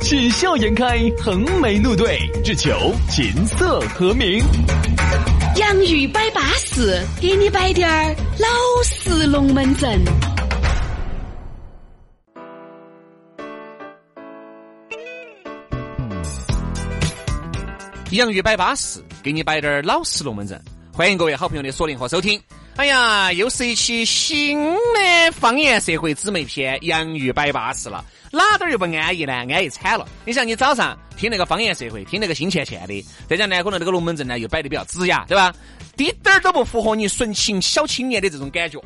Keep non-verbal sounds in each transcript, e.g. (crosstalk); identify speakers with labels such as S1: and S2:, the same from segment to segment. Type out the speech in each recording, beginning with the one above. S1: 喜笑颜开，横眉怒对，只求琴瑟和鸣。
S2: 洋芋摆巴士，给你摆点儿老式龙门阵。
S3: 洋芋摆巴适，给你摆点儿老实龙门阵。欢迎各位好朋友的锁定和收听。哎呀，又是一期新的方言社会姊妹篇《洋芋摆巴适》了，哪点儿又不安逸呢？安逸惨了！你想，你早上听那个方言社会，听那个新倩倩的，再加上呢，可能这个龙门阵呢又摆的比较直呀，对吧？滴点儿都不符合你纯情小青年的这种感觉。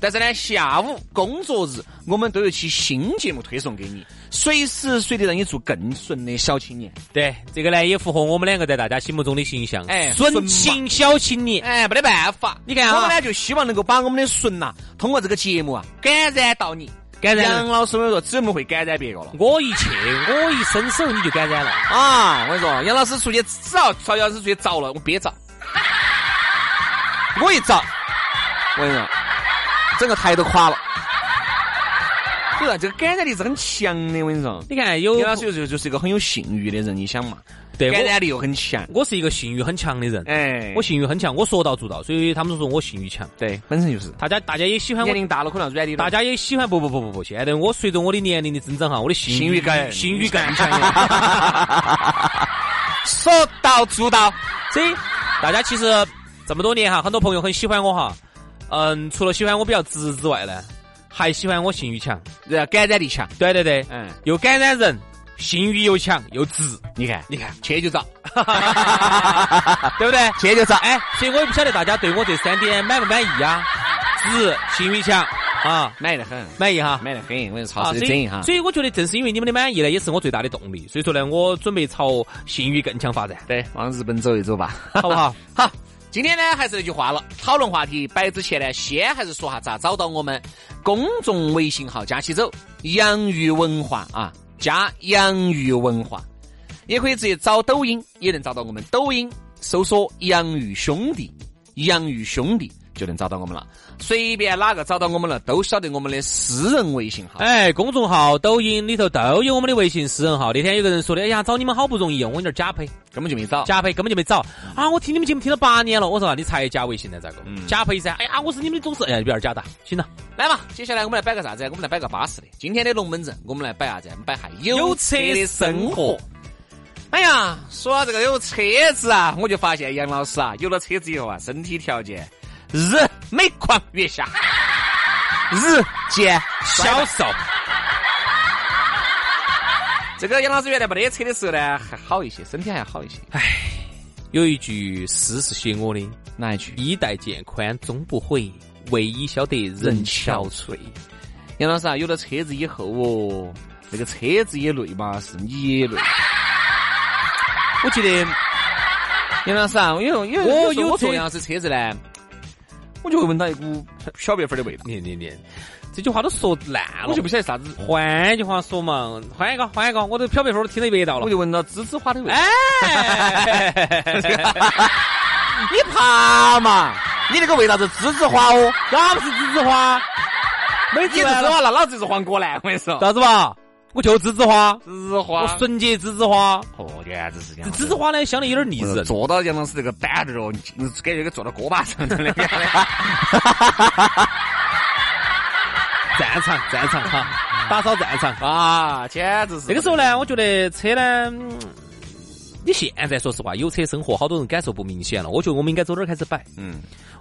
S3: 但是呢，下午工作日我们都有一期新节目推送给你，随时随地让你做更纯的小青年。
S4: 对，这个呢也符合我们两个在大家心目中的形象，
S3: 哎
S4: 纯情小青年。
S3: 哎，没得办法，
S4: 你看啊
S3: 我们呢就希望能够把我们的纯呐、通过这个节目啊，感染到你。
S4: 感染了啊
S3: 杨老师，我跟你说，只有我们会感染别个了。
S4: 我一去，我一伸手你就感染了。
S3: 啊，我跟你说，杨老师出去，只要曹老师出去遭了，我憋遭。我一遭，我跟你说，整个台都垮了。所以说，这个感染力是很强的。我跟你说，
S4: 你看有
S3: 杨老师就就是一个很有性欲的人，你想嘛，
S4: 对
S3: 感
S4: 我，
S3: 染力又很强。
S4: 我是一个性欲很强的人，
S3: 哎，
S4: 我性欲很强，我说到做到，所以他们都说我性欲强。
S3: 对本身就是，
S4: 大家大家也喜欢
S3: 年
S4: 我，
S3: 龄大了可能软的了，
S4: 大家也喜欢不不不不不，现在我随着我的年龄的增长哈，我的性
S3: 性欲更
S4: 性欲更强 (laughs) 了。
S3: 说到做到。
S4: 所以大家其实这么多年哈，很多朋友很喜欢我哈，嗯，除了喜欢我比较直之外呢，还喜欢我性欲强。
S3: 呃，感染力强。
S4: 对对对，
S3: 嗯，
S4: 又感染人，性欲又强又直，
S3: 你看，
S4: 你看
S3: 去就遭，
S4: 对不对？
S3: 去就遭。哎，
S4: 哎，所以我也不晓得大家对我这三点满不满意啊？直，性欲强啊，
S3: 满意得很，
S4: 满意哈。
S3: 满意得很。我跟你说，
S4: 啊，
S3: 超市
S4: 所
S3: 的整一
S4: 以
S3: 哈。
S4: 所以我觉得正是因为你们的满意呢，也是我最大的动力。所以说呢，我准备朝性欲更强发 (laughs) 展，
S3: 对，往日本走一走吧。
S4: 好不好？
S3: 好，今天呢还是那句话了，讨论话题摆之前呢，先还是说下咋找到我们公众微信号加起走，洋芋文化啊，加洋芋文化，也可以直接找抖音，也能找到我们抖音，搜索洋芋兄弟，洋芋兄弟。就能找到我们了，随便哪个找到我们了，都晓得我们的私人微信号。
S4: 哎，公众号、抖音里头都有我们的微信私人号。那天有个人说的，哎呀，找你们好不容易哦，我有点假配，
S3: 根本就没找。
S4: 假配根本就没找啊！我听你们节目听了八年了，我说、啊、你才加微信呢，咋个
S3: 嗯？
S4: 假配噻！哎呀，我是你们的忠实，哎，有点假的，行了。
S3: 来嘛，接下来我们来摆个啥子？我们来摆个巴适的。今天的龙门阵，我们来摆啥子？我们摆下有车的生活。哎呀，说到这个有车子啊，我就发现杨老师啊，有了车子以后啊，身体条件日每况愈下，日渐衰败
S4: 销售，
S3: 这个杨老师原来没得车的时候呢，还好一些，身体还好一些。
S4: 有一句诗是写我的：
S3: 哪一句？
S4: 衣带渐宽终不悔，为伊消得人憔悴。
S3: 杨老师啊，有了车子以后哦，这个车子也累嘛，是你也累。我觉得杨老师啊，有有
S4: 我
S3: 有时候
S4: 有
S3: 我坐
S4: 车
S3: 杨老师车子呢，我就会闻到一股小白粉的味道，
S4: 你你你，这句话都说烂了。
S3: 我就不晓得啥子，
S4: 换句话说嘛，换一个，换一个，我都漂白粉儿都听得一百道了
S3: 我。就闻到栀子花的味道。
S4: 哎，
S3: 你怕嘛？你那个味道是栀子花哦，
S4: 哪不是栀子
S3: (laughs)
S4: 花？
S3: 没栀子花了，老子就是黄果兰，我跟你说。
S4: 啥子吧？我就栀子花，
S3: 栀子花
S4: 我纯洁栀子花。
S3: 哦，简直是这样
S4: 栀子花呢，相对有点腻人。
S3: 坐到杨老师这个板凳哦，你感觉跟坐到锅巴上的那个。
S4: 战场，战场哈，打扫战场。
S3: (laughs) 啊，简直是
S4: 这个时候呢，我觉得车呢，嗯你现在说实话，有车生活，好多人感受不明显了。我觉得我们应该走哪儿开始摆？
S3: 嗯，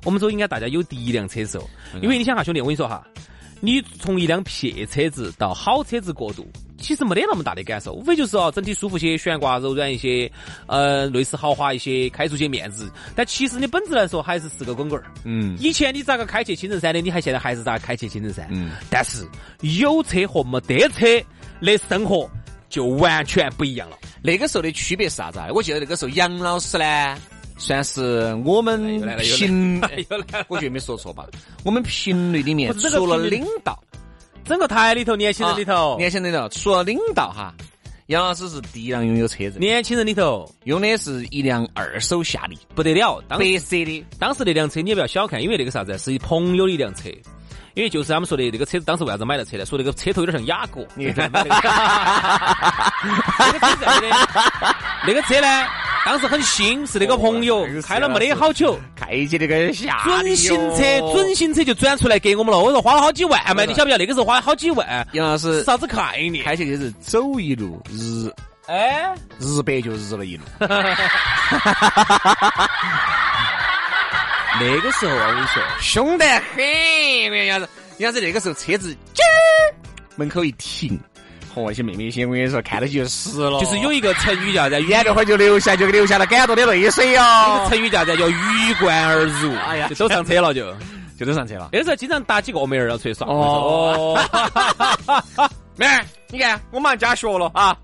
S4: 我们走应该大家有第一辆车的时候，因为你想哈，兄弟，我跟你说哈，你从一辆撇车子到好车子过渡，其实没得那么大的感受，无非就是哦，整体舒服些，悬挂柔软一些，呃，内饰豪华一些，开出去面子。但其实你本质来说还是四个滚滚儿。
S3: 嗯
S4: 以前你咋个开去青城山的，你还现在还是咋个开去青城山。
S3: 嗯
S4: 但是有车和没得车的生活就完全不一样了。
S3: 那个时候的区别是啥子啊？我记得那个时候杨老师呢，算是我们
S4: 来了又来了
S3: 评， (laughs)
S4: 又来了
S3: 我觉得没说错吧？我们评论里面
S4: 不是这个
S3: 除了
S4: 评论
S3: 领导，
S4: 整个台里头，年轻人里头，
S3: 啊年轻人里头，除了领导哈，杨老师是第一辆拥有车子的，
S4: 年轻人里头
S3: 用的是一辆二手夏利，
S4: 不得了。当
S3: 白色的。
S4: 当时那辆车你也不要小看，因为那个啥子啊是朋友的一辆车。因为就是他们说的那个车子，当时为啥子买的车呢？说那个车头有点像雅阁，
S3: 你
S4: 那
S3: (laughs)
S4: 个车子呢，那个车呢，当时很新，是那个朋友
S3: 哦那个车
S4: 开了没得好久，
S3: 开起那个夏哦
S4: 准新车，准新车就转出来给我们了。我说花了好几万嘛，你晓不晓得？那个时候花了好几万，
S3: 杨老师
S4: 啥子概念？
S3: 开起就是走一路日
S4: 哎，
S3: 日白就日了一路，
S4: 那个时候啊，我跟你说，
S3: 凶得很。杨老师，杨老师那个时候车子吱儿门口一停，嚯，一些妹妹些，我跟你说，看到起就湿了，
S4: 就是有一个成语叫啥子？
S3: 眼泪花就流下，就流下了感动的泪水哦
S4: 有一个
S3: 哟。
S4: 成语叫啥子？叫鱼贯而入。
S3: 哎呀
S4: 就都上车了就。
S3: (laughs) 就都上车了。
S4: (laughs) 那个时候经常打几个妹儿要出去耍。
S3: (laughs) 哦
S4: 我跟你说，
S3: 妹儿，你看我马上加学了啊，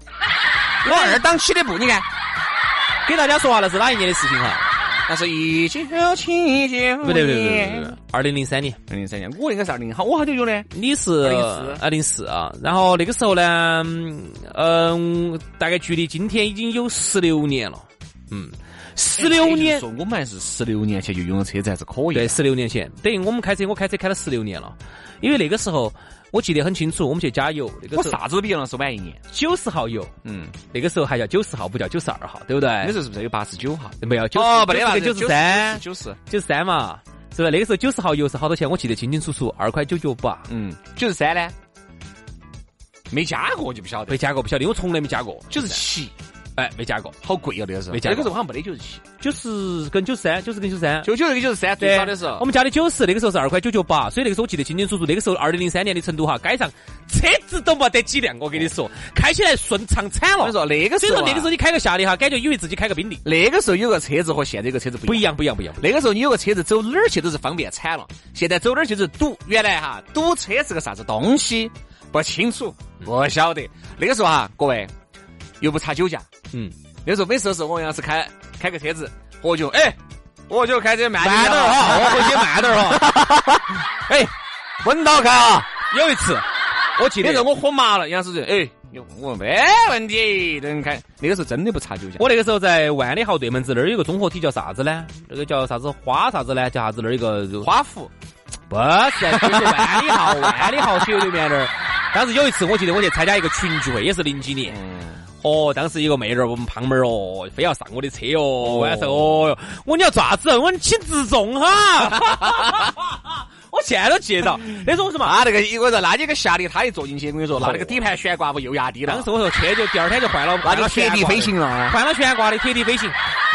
S3: (laughs) 我二档起的步，你看。
S4: 给大家说下那是哪一年的事情哈？
S3: 那是一九七九
S4: 不对不对不对不对，二零零三年，
S3: 二零三年，我应该是二零，好，我好久有呢？
S4: 你是
S3: 2004
S4: 啊零四啊。然后那个时候呢，嗯嗯，大概距离今天已经有十六年了。嗯，十六年
S3: 说，我哎们还是十六年前就拥有车子，还是可以。
S4: 对，，十六年前，等于我们开车，我开车开了十六年了。因为那个时候我记得很清楚，我们去加油，那
S3: 我
S4: 个时候
S3: 啥子都比杨老师晚一年。
S4: 九十号油，
S3: 嗯，
S4: 那个时候还叫九十号，不叫九十二号，对不
S3: 那
S4: 对
S3: 时？候是不是有八十哎九号？
S4: 没有，九
S3: 哦，
S4: 十
S3: 不得了，
S4: 九十三，
S3: 九十，
S4: 九十三嘛，是吧？那个时候九十号油是好多钱？我记得清清楚楚，二块九九八。
S3: 嗯，九十三呢？没加过就不晓得
S4: 没，加过，不晓得，因为我从来没加过。
S3: 九十七，
S4: 哎，没加过，
S3: 好贵哦，那个时候。
S4: 没加
S3: 那
S4: 过
S3: 个时候好像没得九十七，
S4: 九十跟九十三，九十跟九十三。
S3: 九九那个九十三最
S4: 对
S3: 少的时候
S4: 我。们加的九十，那个时候是二块九九八，所以那个时候我记得清清楚楚。那个时候二零零三年的成都哈，街上车子都没得几辆，我跟你说，开起来顺畅惨
S3: 我
S4: 了
S3: 跟你。说，那个
S4: 所以
S3: 时
S4: 说
S3: 候啊
S4: 那个时候你开个夏利哈，感觉以为自己开个宾利，
S3: 那个时候有个车子和现在这个车子不
S4: 不
S3: 一
S4: 一
S3: 样。
S4: 样，不一样，不一样。不一样
S3: 那个时候你有个车子走哪儿去都是方便惨了，现在走哪儿去就是堵。原来哈堵车是个啥子东西不清楚，不晓得。那个时候哈，各位又不查酒驾，
S4: 嗯，
S3: 那时候每次都是我要是开开个车子，我就哎，我就开车慢点
S4: 慢点儿哈我回去
S3: 慢点哈。哎，稳到开啊！
S4: (laughs) 有一次，我记
S3: (laughs) 那时
S4: 得
S3: 候我火麻了，杨主任，哎，我没问题，能开。那个时候真的不查酒驾。
S4: 我那个时候在万里豪对门子那儿有个综合体叫啥子呢？那个叫啥子花啥子呢？叫啥子那儿有个
S3: 花圃，
S4: 不是，啊就是万里豪，万里豪体育里面那儿。当时有一次，我记得我去参加一个群聚会，也是零几年。哦，当时有个妹儿，我们胖妹儿哦，非要上我的车哦，晚上哦哟，我说你要爪子，啊我说你请自重
S3: (laughs)
S4: 哈。我现在都记得到，那时候我说嘛，
S3: 啊，那个我说那几个夏利，他一坐进去，我跟你说，那那个底盘悬挂不又压低了，
S4: 当时我说车就第二天就换了，
S3: 那
S4: 换
S3: 就
S4: 了
S3: 贴地
S4: 悬挂
S3: 飞
S4: 的
S3: 行了。
S4: 换了悬挂的铁地飞行。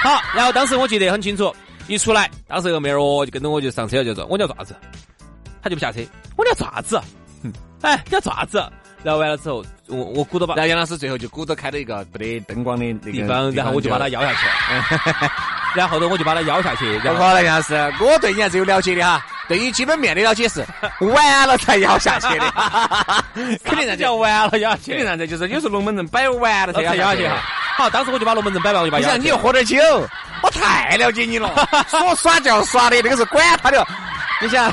S4: 好，然后当时我记得很清楚，一出来，当时有个妹儿哦，就跟着我就上车了，就说我你要爪子，她就不下车，我你要爪子，
S3: 嗯
S4: 哎，你要爪子。然后完了之后，我我鼓捣把
S3: 然后杨老师最后就鼓捣开了一个不得灯光的那个
S4: 地方，然后我就把她
S3: 摇。
S4: 摇下去， (laughs) 然后头我就把她摇
S3: (laughs)
S4: 下去，然
S3: 不
S4: 后
S3: 可能，杨老师，我对你还是有了解的哈，对你基本面的了解是完了才摇下去
S4: (laughs)
S3: 的，
S4: 啥
S3: 肯定让
S4: 子叫完了摇下
S3: 肯定
S4: 去，
S3: 让这就是有时候龙门阵摆完了才
S4: 然后才
S3: 摇
S4: 摇下
S3: 下
S4: 去
S3: 去
S4: 哈
S3: 哈。。
S4: 好，当时我就把龙门阵摆完，我就把
S3: 你
S4: 摇下
S3: 让
S4: 去。
S3: 啊你又喝点酒，我太了解
S4: (laughs)
S3: 你了，说耍就要耍的，那个时候管他的。你想，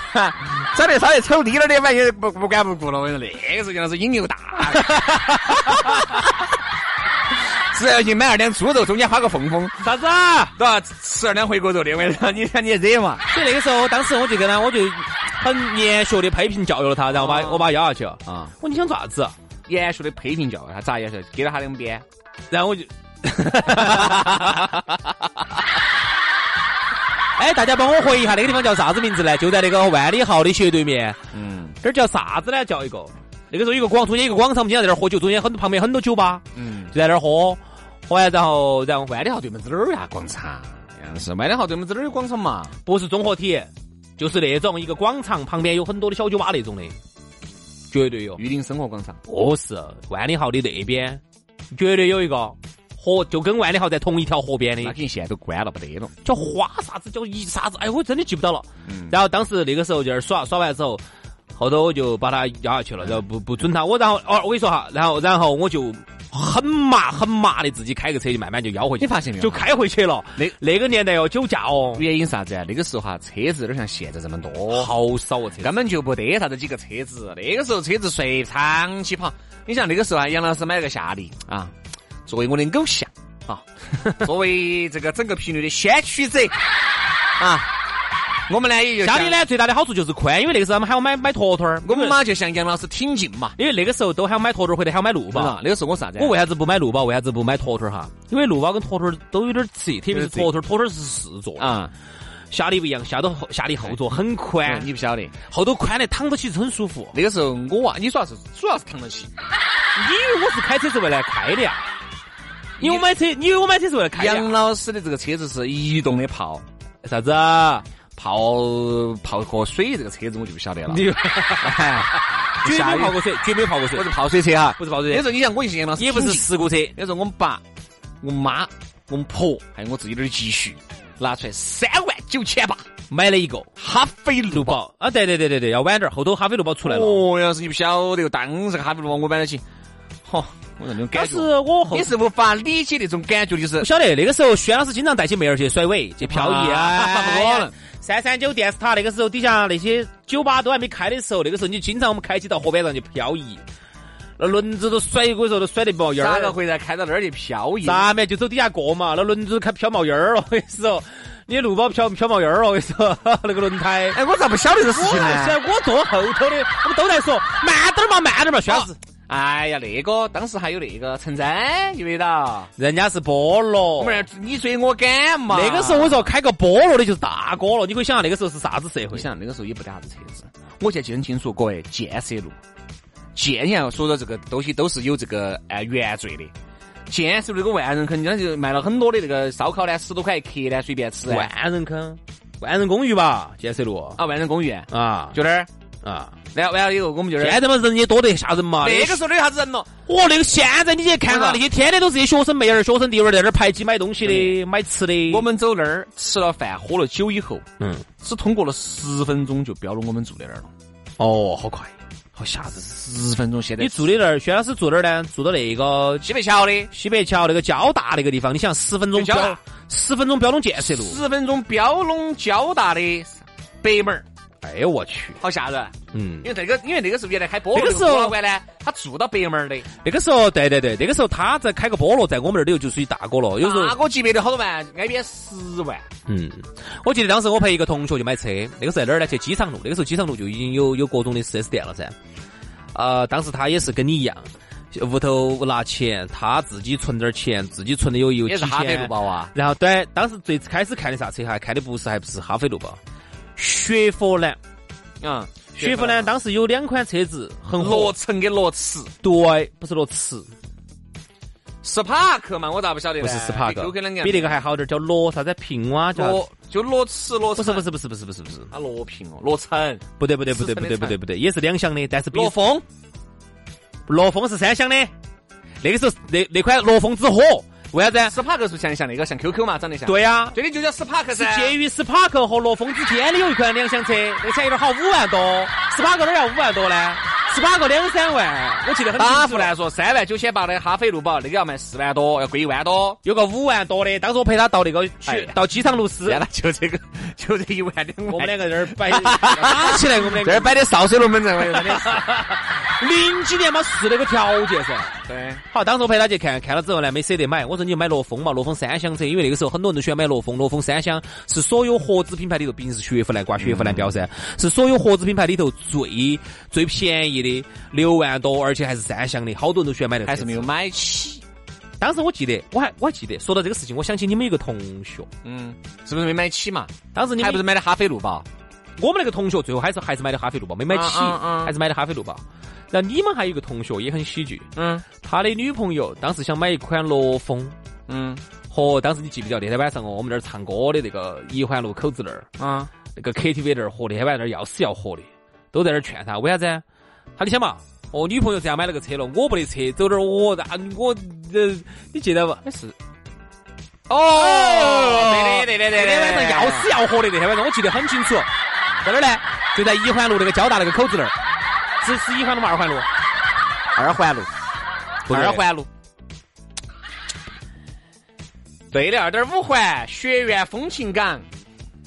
S3: 长得稍微丑低点儿的，反正也不不管不顾了。我跟你说，那个时候杨老师瘾又
S4: (laughs)
S3: 大，只要去买二两猪肉，中间花个缝缝，
S4: 啥子啊？
S3: 都要吃二两回锅肉的。我跟你 (laughs) 说，你看你也惹嘛？
S4: 所以那个时候，当时我就跟他，我就很严学的批评教育了他，然后把我把他摇下去了。
S3: 啊，
S4: 我说你想咋子啊？
S3: 严肃的批评教育他咋严肃？给了他两鞭。
S4: 然后我就， (laughs) 哎，大家帮我回忆一下，那个地方叫啥子名字呢？就在那个万里豪的斜对面，
S3: 嗯
S4: 这儿叫啥子呢？叫一个，那个时候有一个广，中间有一个广场，我们经常在那儿喝酒，中间很旁边很多酒吧，
S3: 嗯，
S4: 就在那儿喝，喝完然后然后万里豪
S3: 对门子哪儿呀？广场，杨老师，麦当豪对门子哪儿有广场嘛？
S4: 啊不是综合体，就是那种一个广场旁边有很多的小酒吧那种的，绝对有。
S3: 玉林生活广场。
S4: 不是万里豪的那边，绝对有一个河，就跟万里豪在同一条河边的
S3: 那。肯定现在都关了，不得了。
S4: 叫花啥子叫一啥子，哎，我真的记不到了。
S3: 嗯
S4: 然后当时那个时候就在那儿耍，耍完之后，
S3: 嗯
S4: 后头我就把他压下去了，然后不不准他。我然后哦，我跟你说哈，然后然后我就很麻很麻的，自己开个车就慢慢就摇回去，
S3: 你发现没有
S4: 就开回去了。
S3: 那
S4: 那那个年代哦，酒驾哦，
S3: 原因是啥子啊？那个时候哈，车子有点像现在这么多，
S4: 好少哦，车
S3: 根本就不得啥子几个车子。那个时候车子随长期跑，你想那个时候啊，杨老师买了个夏利啊，作为我的偶像啊， (laughs) 作为这个整个频率的先驱者啊，我们呢也就
S4: 家
S3: 像
S4: 里，呢最大的好处就是宽，因为那个时候他们喊我买买坨坨儿，
S3: 我们嘛就向杨老师挺进嘛，
S4: 因为那个时候都喊我买坨坨儿或者喊我买路
S3: 是
S4: 宝
S3: 吧。？那个时候我啥子啊？
S4: 我为啥子不买路宝？为啥子不买坨坨儿哈？因为路宝跟坨坨儿都有点挤，特别是坨坨儿，坨坨儿是四座啊，
S3: 啊，
S4: 下的不一样，下头后下的后座很宽，
S3: 你不晓得。
S4: 后头宽的躺着其实很舒服。
S3: 那个时候我啊，你主要是主要是扛得起，
S4: 你以为我是开车是为了开的呀？啊你以为我买车，你以为我买车是为了开的
S3: 杨
S4: 哎呀？
S3: 老师的这个车子是移动的炮，
S4: 啥子啊？
S3: 泡泡和水这个车子我就不晓得
S4: (laughs)
S3: 了。
S4: 你绝
S3: 下
S4: 没
S3: 雨
S4: 泡过水，绝没泡过水
S3: 我，是泡水车哈，
S4: 不是泡
S3: 那
S4: 水
S3: 时，候你像我一些杨老师，
S4: 也不是事故车。
S3: 那时候我们爸、我妈、我们婆还有我自己点儿积蓄，拿出来三万九千八，
S4: 买了一个
S3: 哈飞路
S4: 路
S3: 宝。
S4: 宝啊，对对对对对，要晚点儿，后头哈飞路宝出来了。
S3: 哦，要是你不晓得，当时哈飞路宝我买得起，嚯，我那种
S4: 当
S3: 感
S4: 时
S3: 觉，
S4: 我后
S3: 你是无法理解那种感觉，就是
S4: 不晓得那个时候，轩老师经常带起妹儿去甩尾、去漂移
S3: 啊
S4: 啊，
S3: 不可能。
S4: 三三九电视塔那个时候底下那些酒吧都还没开的时候，那个时候你经常我们开起到河边上去漂移，那轮子都甩，有时候都甩得冒烟
S3: 咋
S4: 儿
S3: 个。会在开到那儿去漂移？
S4: 咋没就走底下过嘛？那轮子开飘冒烟儿哦了，我跟你说，你路宝飘飘冒烟儿了，我跟你说， (laughs) 那个轮胎。
S3: 哎，我咋不晓得这个事
S4: 我
S3: 情 (laughs)
S4: 还
S3: 呢？
S4: 想我坐后头的，我们都在说慢点儿嘛，慢点儿嘛，轩老师。
S3: 哎呀，那个当时还有那个陈真，记不记得？
S4: 人家是菠萝
S3: 我们那儿你追我赶嘛？
S4: 那个时候我说开个菠萝的就是大哥了，你可以想象那个时候是啥子社
S3: 你
S4: 会？
S3: 想那个时候也不得啥子车子，我现在记得很清楚，各位建设路，建你要说到这个东西都是有这个呃原罪的。建设路这个万人坑，人家就卖了很多的那个烧烤呢，十多块一克呢，随便吃啊。
S4: 万人坑，万人公寓吧，建设路
S3: 啊，万人公寓
S4: 啊，
S3: 就那儿，
S4: 啊，
S3: 然后完了以后我们就那
S4: 现
S3: 儿。啊
S4: 在嘛人也多得吓人嘛。
S3: 那个时候啊都有啥子人了？
S4: 哦，那个现在你去看
S3: 我
S4: 哈，
S3: 靠
S4: 那些天天都是些学生妹儿、学生弟儿在那儿排挤买东西的、买吃的。
S3: 我们走那儿吃了饭，喝了酒以后，
S4: 嗯，
S3: 只通过了十分钟就标了我们住在那儿了。
S4: 哦，好快，好吓人。
S3: 十分钟现在
S4: 你住的那儿，薛老师住哪儿呢？住到那个
S3: 西北桥的，
S4: 西北桥那个交大那个地方，你想十分钟
S3: 就交大
S4: 标，十分钟标通建设路。
S3: 十分钟标拢交大的北门儿，
S4: 哎呦我去，
S3: 好吓人。
S4: 嗯
S3: 因，为那个，因为那个时候原来开菠萝
S4: 那个时候
S3: 菠萝馆呢，他住到北门儿的，
S4: 那个时候，对对对，那个时候他在开个菠萝，在我们那儿里头就属于大哥了。有时
S3: 大
S4: 候，
S3: 哥级别的好多万，挨边十万，
S4: 嗯，我记得当时我陪一个同学去买车，那个时候在哪儿呢？去机场路，那个时候机场路就已经有有各种的 4S 店了噻。呃，当时他也是跟你一样，屋头拿钱，他自己存点儿钱，自己存的有有
S3: 也
S4: 几
S3: 是哈飞路
S4: 千。
S3: 宝啊，
S4: 然后对，当时最开始看的啥车哈？看的不是还不是哈飞路宝，雪佛兰。
S3: 嗯，
S4: 雪佛兰当时有两款车子很
S3: 罗
S4: 火，
S3: 城跟罗驰，
S4: 对，不是罗驰，
S3: 斯帕克嘛，我咋不晓得呢？
S4: 不是斯帕克
S3: 又跟两个，
S4: 比那个还好点儿，叫罗啥子平哇，叫啥子
S3: 罗就罗驰罗，
S4: 不是不是不是不是不是不是，
S3: 啊罗平哦，罗城
S4: 不对不对不对不对不对不对，也是两厢的，但是比
S3: 罗峰，
S4: 罗峰是三厢的，那个时候那那款罗峰之火，为啥子？
S3: 斯帕克是不是像像那个像 QQ 嘛，长得像，，
S4: 对啊呀，
S3: 对的就叫斯帕克
S4: 是
S3: 噻，
S4: 介于斯帕克和罗峰之间的有一款两厢车，那个才有点好，五万多，斯帕克哪儿要五万多呢？斯帕克两三万，我记得很
S3: 打
S4: 清
S3: 湖
S4: 楚
S3: 南
S4: 呢。
S3: 说三万九千八的哈飞路宝，那个要卖四万多，要贵一万多。
S4: 有个五万多的，当时我陪他到那个
S3: 哎
S4: 去
S3: 呀
S4: 到机场路斯，
S3: 算了，就这个， (laughs) 就这一万两万。
S4: 我们两个在那儿摆
S3: (laughs)
S4: 打起来，我们两
S3: 这儿
S4: 个
S3: 摆的潲水龙门阵，
S4: (laughs)
S3: 我真的是。
S4: 零几年嘛是那个条件噻。
S3: 对。
S4: 好，当时我陪他去看，看了之后呢，没舍得买。我说你就买罗风嘛，罗风三厢车，因为那个时候很多人都喜欢买罗风。罗风三厢是所有合资品牌里头，毕竟是雪佛兰挂雪佛兰标噻，
S3: 嗯
S4: 是所有合资品牌里头最最便宜的，六万多，而且还是三厢的，好多人都喜欢买那个
S3: 还
S4: 车
S3: 是
S4: 子
S3: 没有。买起。
S4: 当时我记得，我还我还记得，说到这个事情，我想起你们有一个同学，
S3: 嗯，是不是没买起嘛？
S4: 当时你
S3: 还
S4: 们
S3: 不是买的哈飞路宝？
S4: 我们那个同学最后还是还是买的哈飞路宝，没买起，
S3: 嗯嗯嗯
S4: 还是买的哈飞路宝。然后你们还有一个同学也很喜剧，
S3: 嗯
S4: 他的女朋友当时想买一款罗风。
S3: 嗯
S4: 和当时你记不记得那天晚上哦，我们那儿唱歌的那个一环路口子那儿，
S3: 啊，
S4: 那个 KTV 那儿和那天晚上那儿要死要活的，都在那儿劝他，为啥子啊？他你想嘛，哦，女朋友这样买了个车了，我不得车，走点儿我啊我呃，你记得不？
S3: 那是。哦，对的对的对
S4: 那
S3: 的，
S4: 天晚上要死要活的，那天晚上我记得很清楚，在哪儿呢？就在一环路那个交大那个口子那儿，是是一环路吗？二环路？
S3: 二环路，
S4: 对
S3: 二环路，对的，二点五环学院风情港，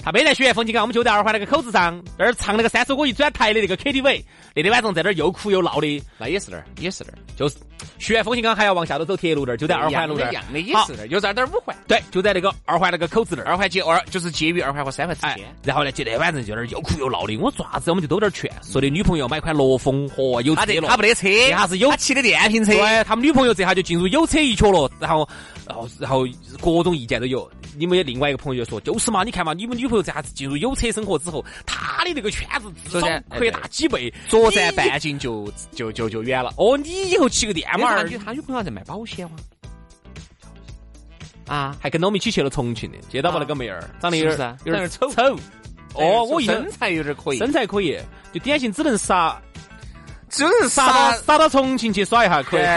S4: 他没在学院风景港，我们就在二环那个口子上，那儿唱那个三首歌一转台的那个 KTV，那天晚上在那儿又哭又闹的，
S3: 那也是那儿，也是那儿，
S4: 就是学院风景港还要往下头走铁路那儿，就在二环路那
S3: 一
S4: 儿
S3: 样，的，一
S4: 好
S3: 样的哎也是那儿，就是二点五环，
S4: 对，就在那个二环那个口子那儿。
S3: 二环介二就是介于二环和三环之
S4: 哎
S3: 间。，
S4: 然后呢，就那晚上就在那儿又哭又闹的，我说啥子，我们就都在那儿劝，说的女朋友买款罗风，嚯，有
S3: 他
S4: 车
S3: 这
S4: 了，
S3: 他没得车，
S4: 这下子有
S3: 他骑的电瓶车。
S4: 对他们女朋友这下就进入有车一角了，然后，然后，然后各种意见都有。你们另外一个朋友就说，就是嘛，你看嘛，你们女朋友这下子进入有车生活之后，她的那个圈子至少
S3: 昨天哎
S4: 扩大几倍，
S3: 左站
S4: 你
S3: 半径就就就就远了。
S4: 哦，你以后骑个电
S3: 他
S4: 马
S3: 他
S4: 儿
S3: 女，他女朋友在卖保险吗？啊，
S4: 还跟到我们一起去了重庆的，接到吧那个妹儿，长得有
S3: 是不是
S4: 点
S3: 啊
S4: 有点
S3: 长
S4: 丑
S3: 得
S4: 丑。哦，我一
S3: 身材有点可以，
S4: 身材可以，就典型只能杀
S3: 只是
S4: 杀到
S3: 啥？
S4: 杀到重庆去耍一下可以。 (laughs)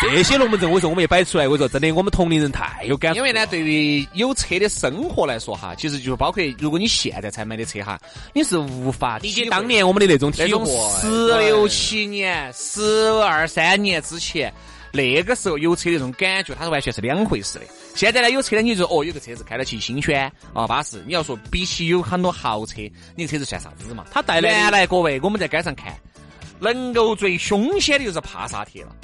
S4: 这些龙门阵，我说我们一摆出来，我说真的，我们同龄人太有感触
S3: 因
S4: 了。
S3: 为呢，对于有车的生活来说哈，其实就包括如果你现在才买的车哈，你是无法
S4: 理
S3: 体
S4: 解
S3: 会
S4: 当年我们的那种体哎
S3: 那
S4: 会
S3: 种，十六七年、十二三年之前，那个时候有车那种感觉，它是完全是两回事的。现在呢，有车呢，你就说哦，有个车子开得起新鲜啊，巴适。你要说比起有很多豪车，你车子算啥子嘛？
S4: 它带来的
S3: 哎原来各位，我们在街上看，能够最凶险的就是帕萨特了，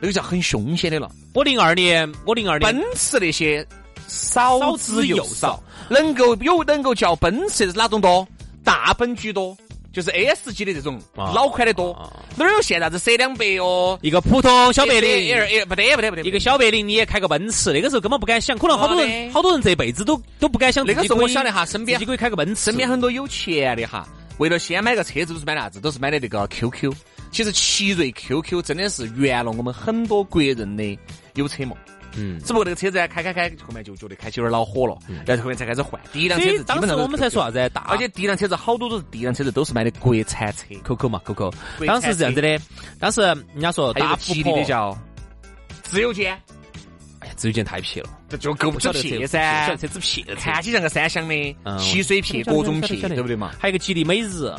S3: 那个叫很凶险的了。
S4: 我零二年，我零二年
S3: 奔驰那些少之又
S4: 少之又
S3: 少
S4: 少，
S3: 能够有能够叫奔驰的是哪种多？大奔居多，就是 S 级的这种
S4: 啊
S3: 老款的多
S4: 啊啊。
S3: 哪儿有现在子 C 两百哦？哎
S4: 一个普通小白
S3: L
S4: 领，
S3: L 不得不得不得，
S4: 一个小白领，你也开个奔驰，那个时候根本不敢想，可能好多
S3: 好
S4: 人
S3: 的
S4: 好多人这辈子都都不敢想自己
S3: 那个
S4: 可以。
S3: 时候我晓得哈，身边
S4: 自己可以开个奔驰，
S3: 身边很多有钱的哈，为了先买个车子，都是买啥子？都是买的那个 QQ。其实奇瑞 QQ 真的是圆了我们很多国人的有车梦。
S4: 嗯。
S3: 只不过那个车子啊开开开，后面就觉得开起有点恼火了，然后后面才开始换。第一辆
S4: 所
S3: 车
S4: 以
S3: 子基
S4: 当
S3: 本
S4: 时
S3: 上都
S4: 我
S3: 是
S4: 们才
S3: QQ
S4: 说啥啊子，大
S3: 而且第一辆车子好多都是第一辆车子都是买的国产车，
S4: Coco 嘛，Coco，
S3: 国产
S4: 当时是这样子的，当时人家说
S3: 还有
S4: 大
S3: 个
S4: 富
S3: 吉利
S4: 婆
S3: 的，叫自由舰，
S4: 哎呀，这有点太撇了，
S3: 这就够不
S4: 不
S3: 着
S4: 晓得这
S3: 撇
S4: 不晓
S3: 噻
S4: 得，这只撇了，
S3: 看起像个三厢的
S4: 嗯
S3: 汽水撇、各种撇，对不对嘛？
S4: 还有一个吉利每日，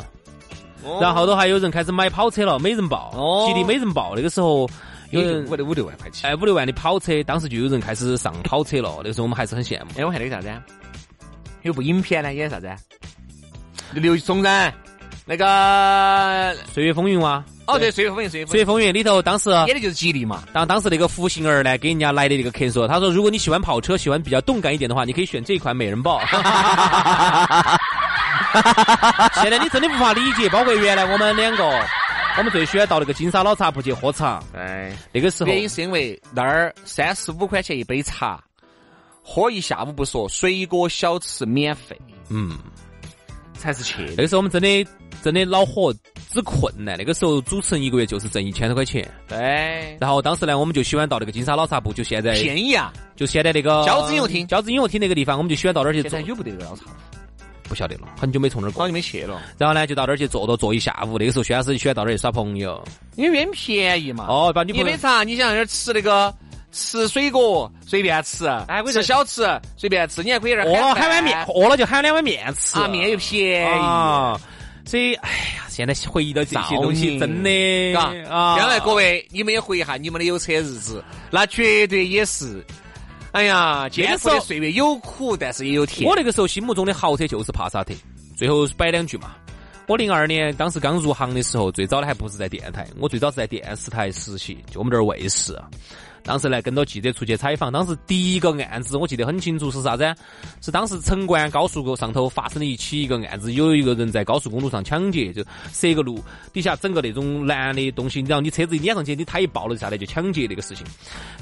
S4: 然后都还有人开始买跑车了，每人报，
S3: 哦
S4: 吉利每人报那个时候有
S3: 有
S4: 人
S3: 五六五六万块钱。
S4: 哎五六万的跑车，当时就有人开始上跑车了，那个时候我们还是很羡慕。
S3: 哎，我看那个啥子啊？有部影片呢，演啥子啊？刘松仁那个
S4: 岁月风云哇、
S3: 哦，对，随风云，随
S4: 岁
S3: 风
S4: 月风
S3: 云
S4: 云里头当时。啊
S3: 演的就是吉利嘛。
S4: 当当时那个福星儿呢，给人家来的那个客说，他说如果你喜欢跑车，喜欢比较动感一点的话，你可以选这一款美人豹。 (laughs) 现在你真的无法理解，包括原来我们两个，我们最喜欢到那个金沙老茶铺去喝茶，
S3: 哎，
S4: 那个时候
S3: 原因是因为那儿三十五块钱一杯茶，喝一下午不说，水果小吃免费。
S4: 嗯，
S3: 才是去
S4: 那
S3: 的。
S4: 个时候我们真的真的恼火之困难。那个时候主持人一个月就是挣一千多块钱，
S3: 对，
S4: 然后当时呢，我们就喜欢到那个金沙老茶铺，就现在
S3: 便宜啊！
S4: 就现在那个
S3: 交子音乐厅
S4: 交子音乐厅那个地方，我们就喜欢到那儿去
S3: 现
S4: 坐
S3: 在，有不得个要茶，
S4: 不晓得了，很久没从那儿
S3: 好
S4: 过
S3: 久。没去了，
S4: 然后呢，就到那儿去坐坐坐一下午。那个时候，薛老师就喜欢到那儿去耍朋友。
S3: 因为原便宜嘛。
S4: 哦，把女
S3: 你
S4: 朋友
S3: 没茶，你想在那儿吃那个吃水果随便吃，
S4: 哎我
S3: 吃
S4: 这
S3: 小吃随便吃，你哦还可以在那
S4: 饿
S3: 儿
S4: 了
S3: 喊
S4: 喊碗
S3: 饭
S4: 面，饿了就喊两碗面吃
S3: 啊，面又便宜。
S4: 啊。所以，哎呀，现在回忆到这些东西，
S3: 造
S4: 真
S3: 孽
S4: 的
S3: 嘎
S4: 啊，
S3: 将来各位，你们也回忆一下你们的有车日子，那绝对也是，哎呀，艰
S4: 那
S3: 苦的
S4: 个时候
S3: 岁月有苦，但是也有甜
S4: 我。那个时候心目中的豪车就是帕萨特，最后摆两句嘛。我零二年当时刚入行的时候，最早的还不是在电台，我最早是在电视台实习，就我们这儿卫视。啊当时呢，跟着记者出去采访，当时第一个案子我记得很清楚是啥子啊？是当时城关高速上头发生了一起一个案子，有一个人在高速公路上抢劫，就设一个路底下整个那种蓝的东西，然后你车子一撵上去，你胎一爆了下来就抢劫那个事情。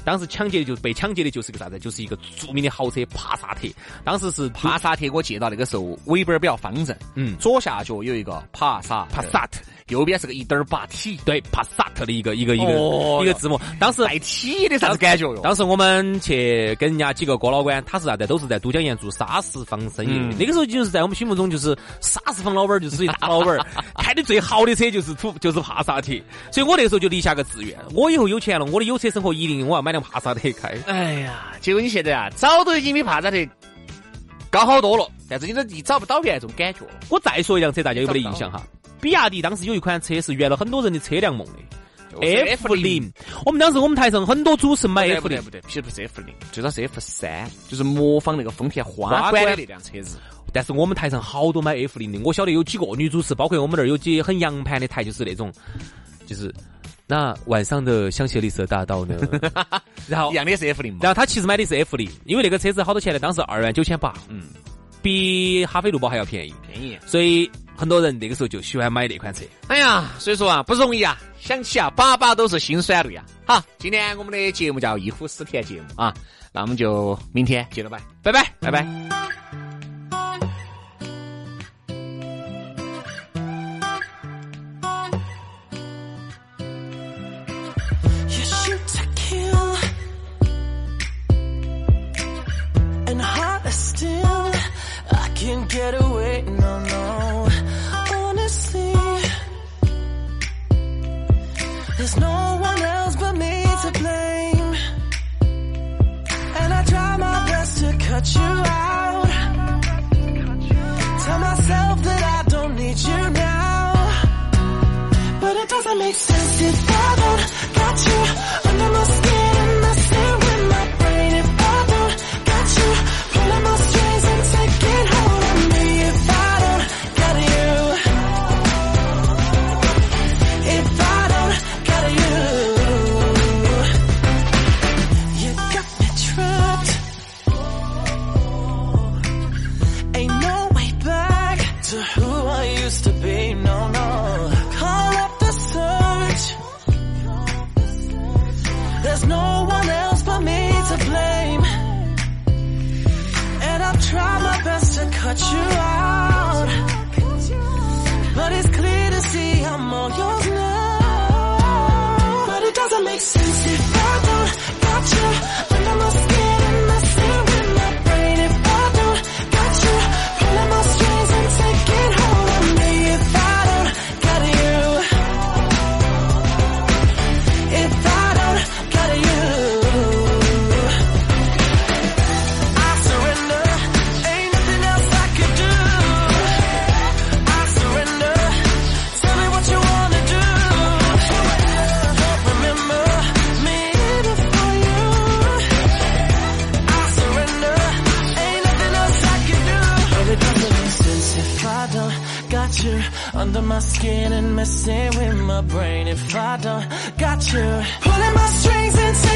S4: 当时抢劫的就被抢劫的就是个啥子？就是一个著名的豪车帕萨特，当时是
S3: 帕萨特，我记到那个时候尾巴儿比较方正，
S4: 嗯
S3: 左下角有一个帕萨
S4: 帕萨特，
S3: 右边是个一点儿八 T，
S4: 对帕萨特的一个一个一个、
S3: 哦
S4: 一个字母。当时
S3: 带 T 的啥子感
S4: (laughs)
S3: 觉哟？
S4: 当时我们去跟人家几个哥老倌，他是啥子？都是在都江堰做砂石房生意。
S3: 嗯
S4: 那个时候就是在我们心目中就是砂石房老板儿就是一大老板
S3: (laughs)
S4: 儿，开的最好的车就是土就是帕萨特。所以我那个时候就立下个志愿，我以后有钱了，我的有车生活一定我要买辆帕萨特开。
S3: 哎呀，结果你现在啊，早都已经比帕萨特高好多了，但是你都你找不到原来这种感觉了。 (laughs)
S4: 我再说一辆车，大家有没得印象哈？比亚迪当时有一款车是圆了很多人的车辆梦的， F 零。我们当时我们台上很多主持人买 F
S3: 不对
S4: 零
S3: 不，对，不是不是 F 零，最早是 F 三，就是模仿那个丰田花冠的那辆车子。
S4: 但是我们台上好多买 F 零的，我晓得有几个女主持，包括我们那儿有几很洋盘的台，就是那种，就是那晚上的香榭丽舍大道呢，然后
S3: 一样的是 F 零嘛
S4: 然。后他其实买的是 F 零，因为那个车子好多钱呢，当时二万九千八，
S3: 嗯，
S4: 比哈飞路宝还要便宜，
S3: 便宜。
S4: 所以很多人那个时候就喜欢买那款车。
S3: 哎呀，所以说啊，不容易啊，想起啊，把把都是辛酸泪啊。好，今天我们的节目叫忆苦思甜节目啊，那我们就明天接着摆，拜拜，拜拜。
S5: You shoot to kill, and harder still, I can't get away. No, no, honestly, there's no one else but me to blame. And I try my best to cut you out. Tell myself that I don't need you now. But it doesn't make sense if I don't got you under my skin and messing with my brain. If I don't got you pulling my strings and taking hold of me. If I don't got you, if I don't got you, you got me trapped. Ain't no way back to who I used to be. No, no. Call up the search. There's no one else but me to blame. And I've tried my best to cut you out. But it's clear to see I'm all yours now. But it doesn't make sense if I don't got you under my skin and messing with my brain. If I don't got you pulling my strings and taking hold of me. If I don't got you, if I don't got you, I surrender. Ain't nothing else I could do. I surrender. Tell me what you wanna do. Don't remember me before you. I surrender. Ain't nothing else I can do. But it doesn't make sense if I don't got you under my skin and messing with my brain. If I don't got you, pulling my strings and.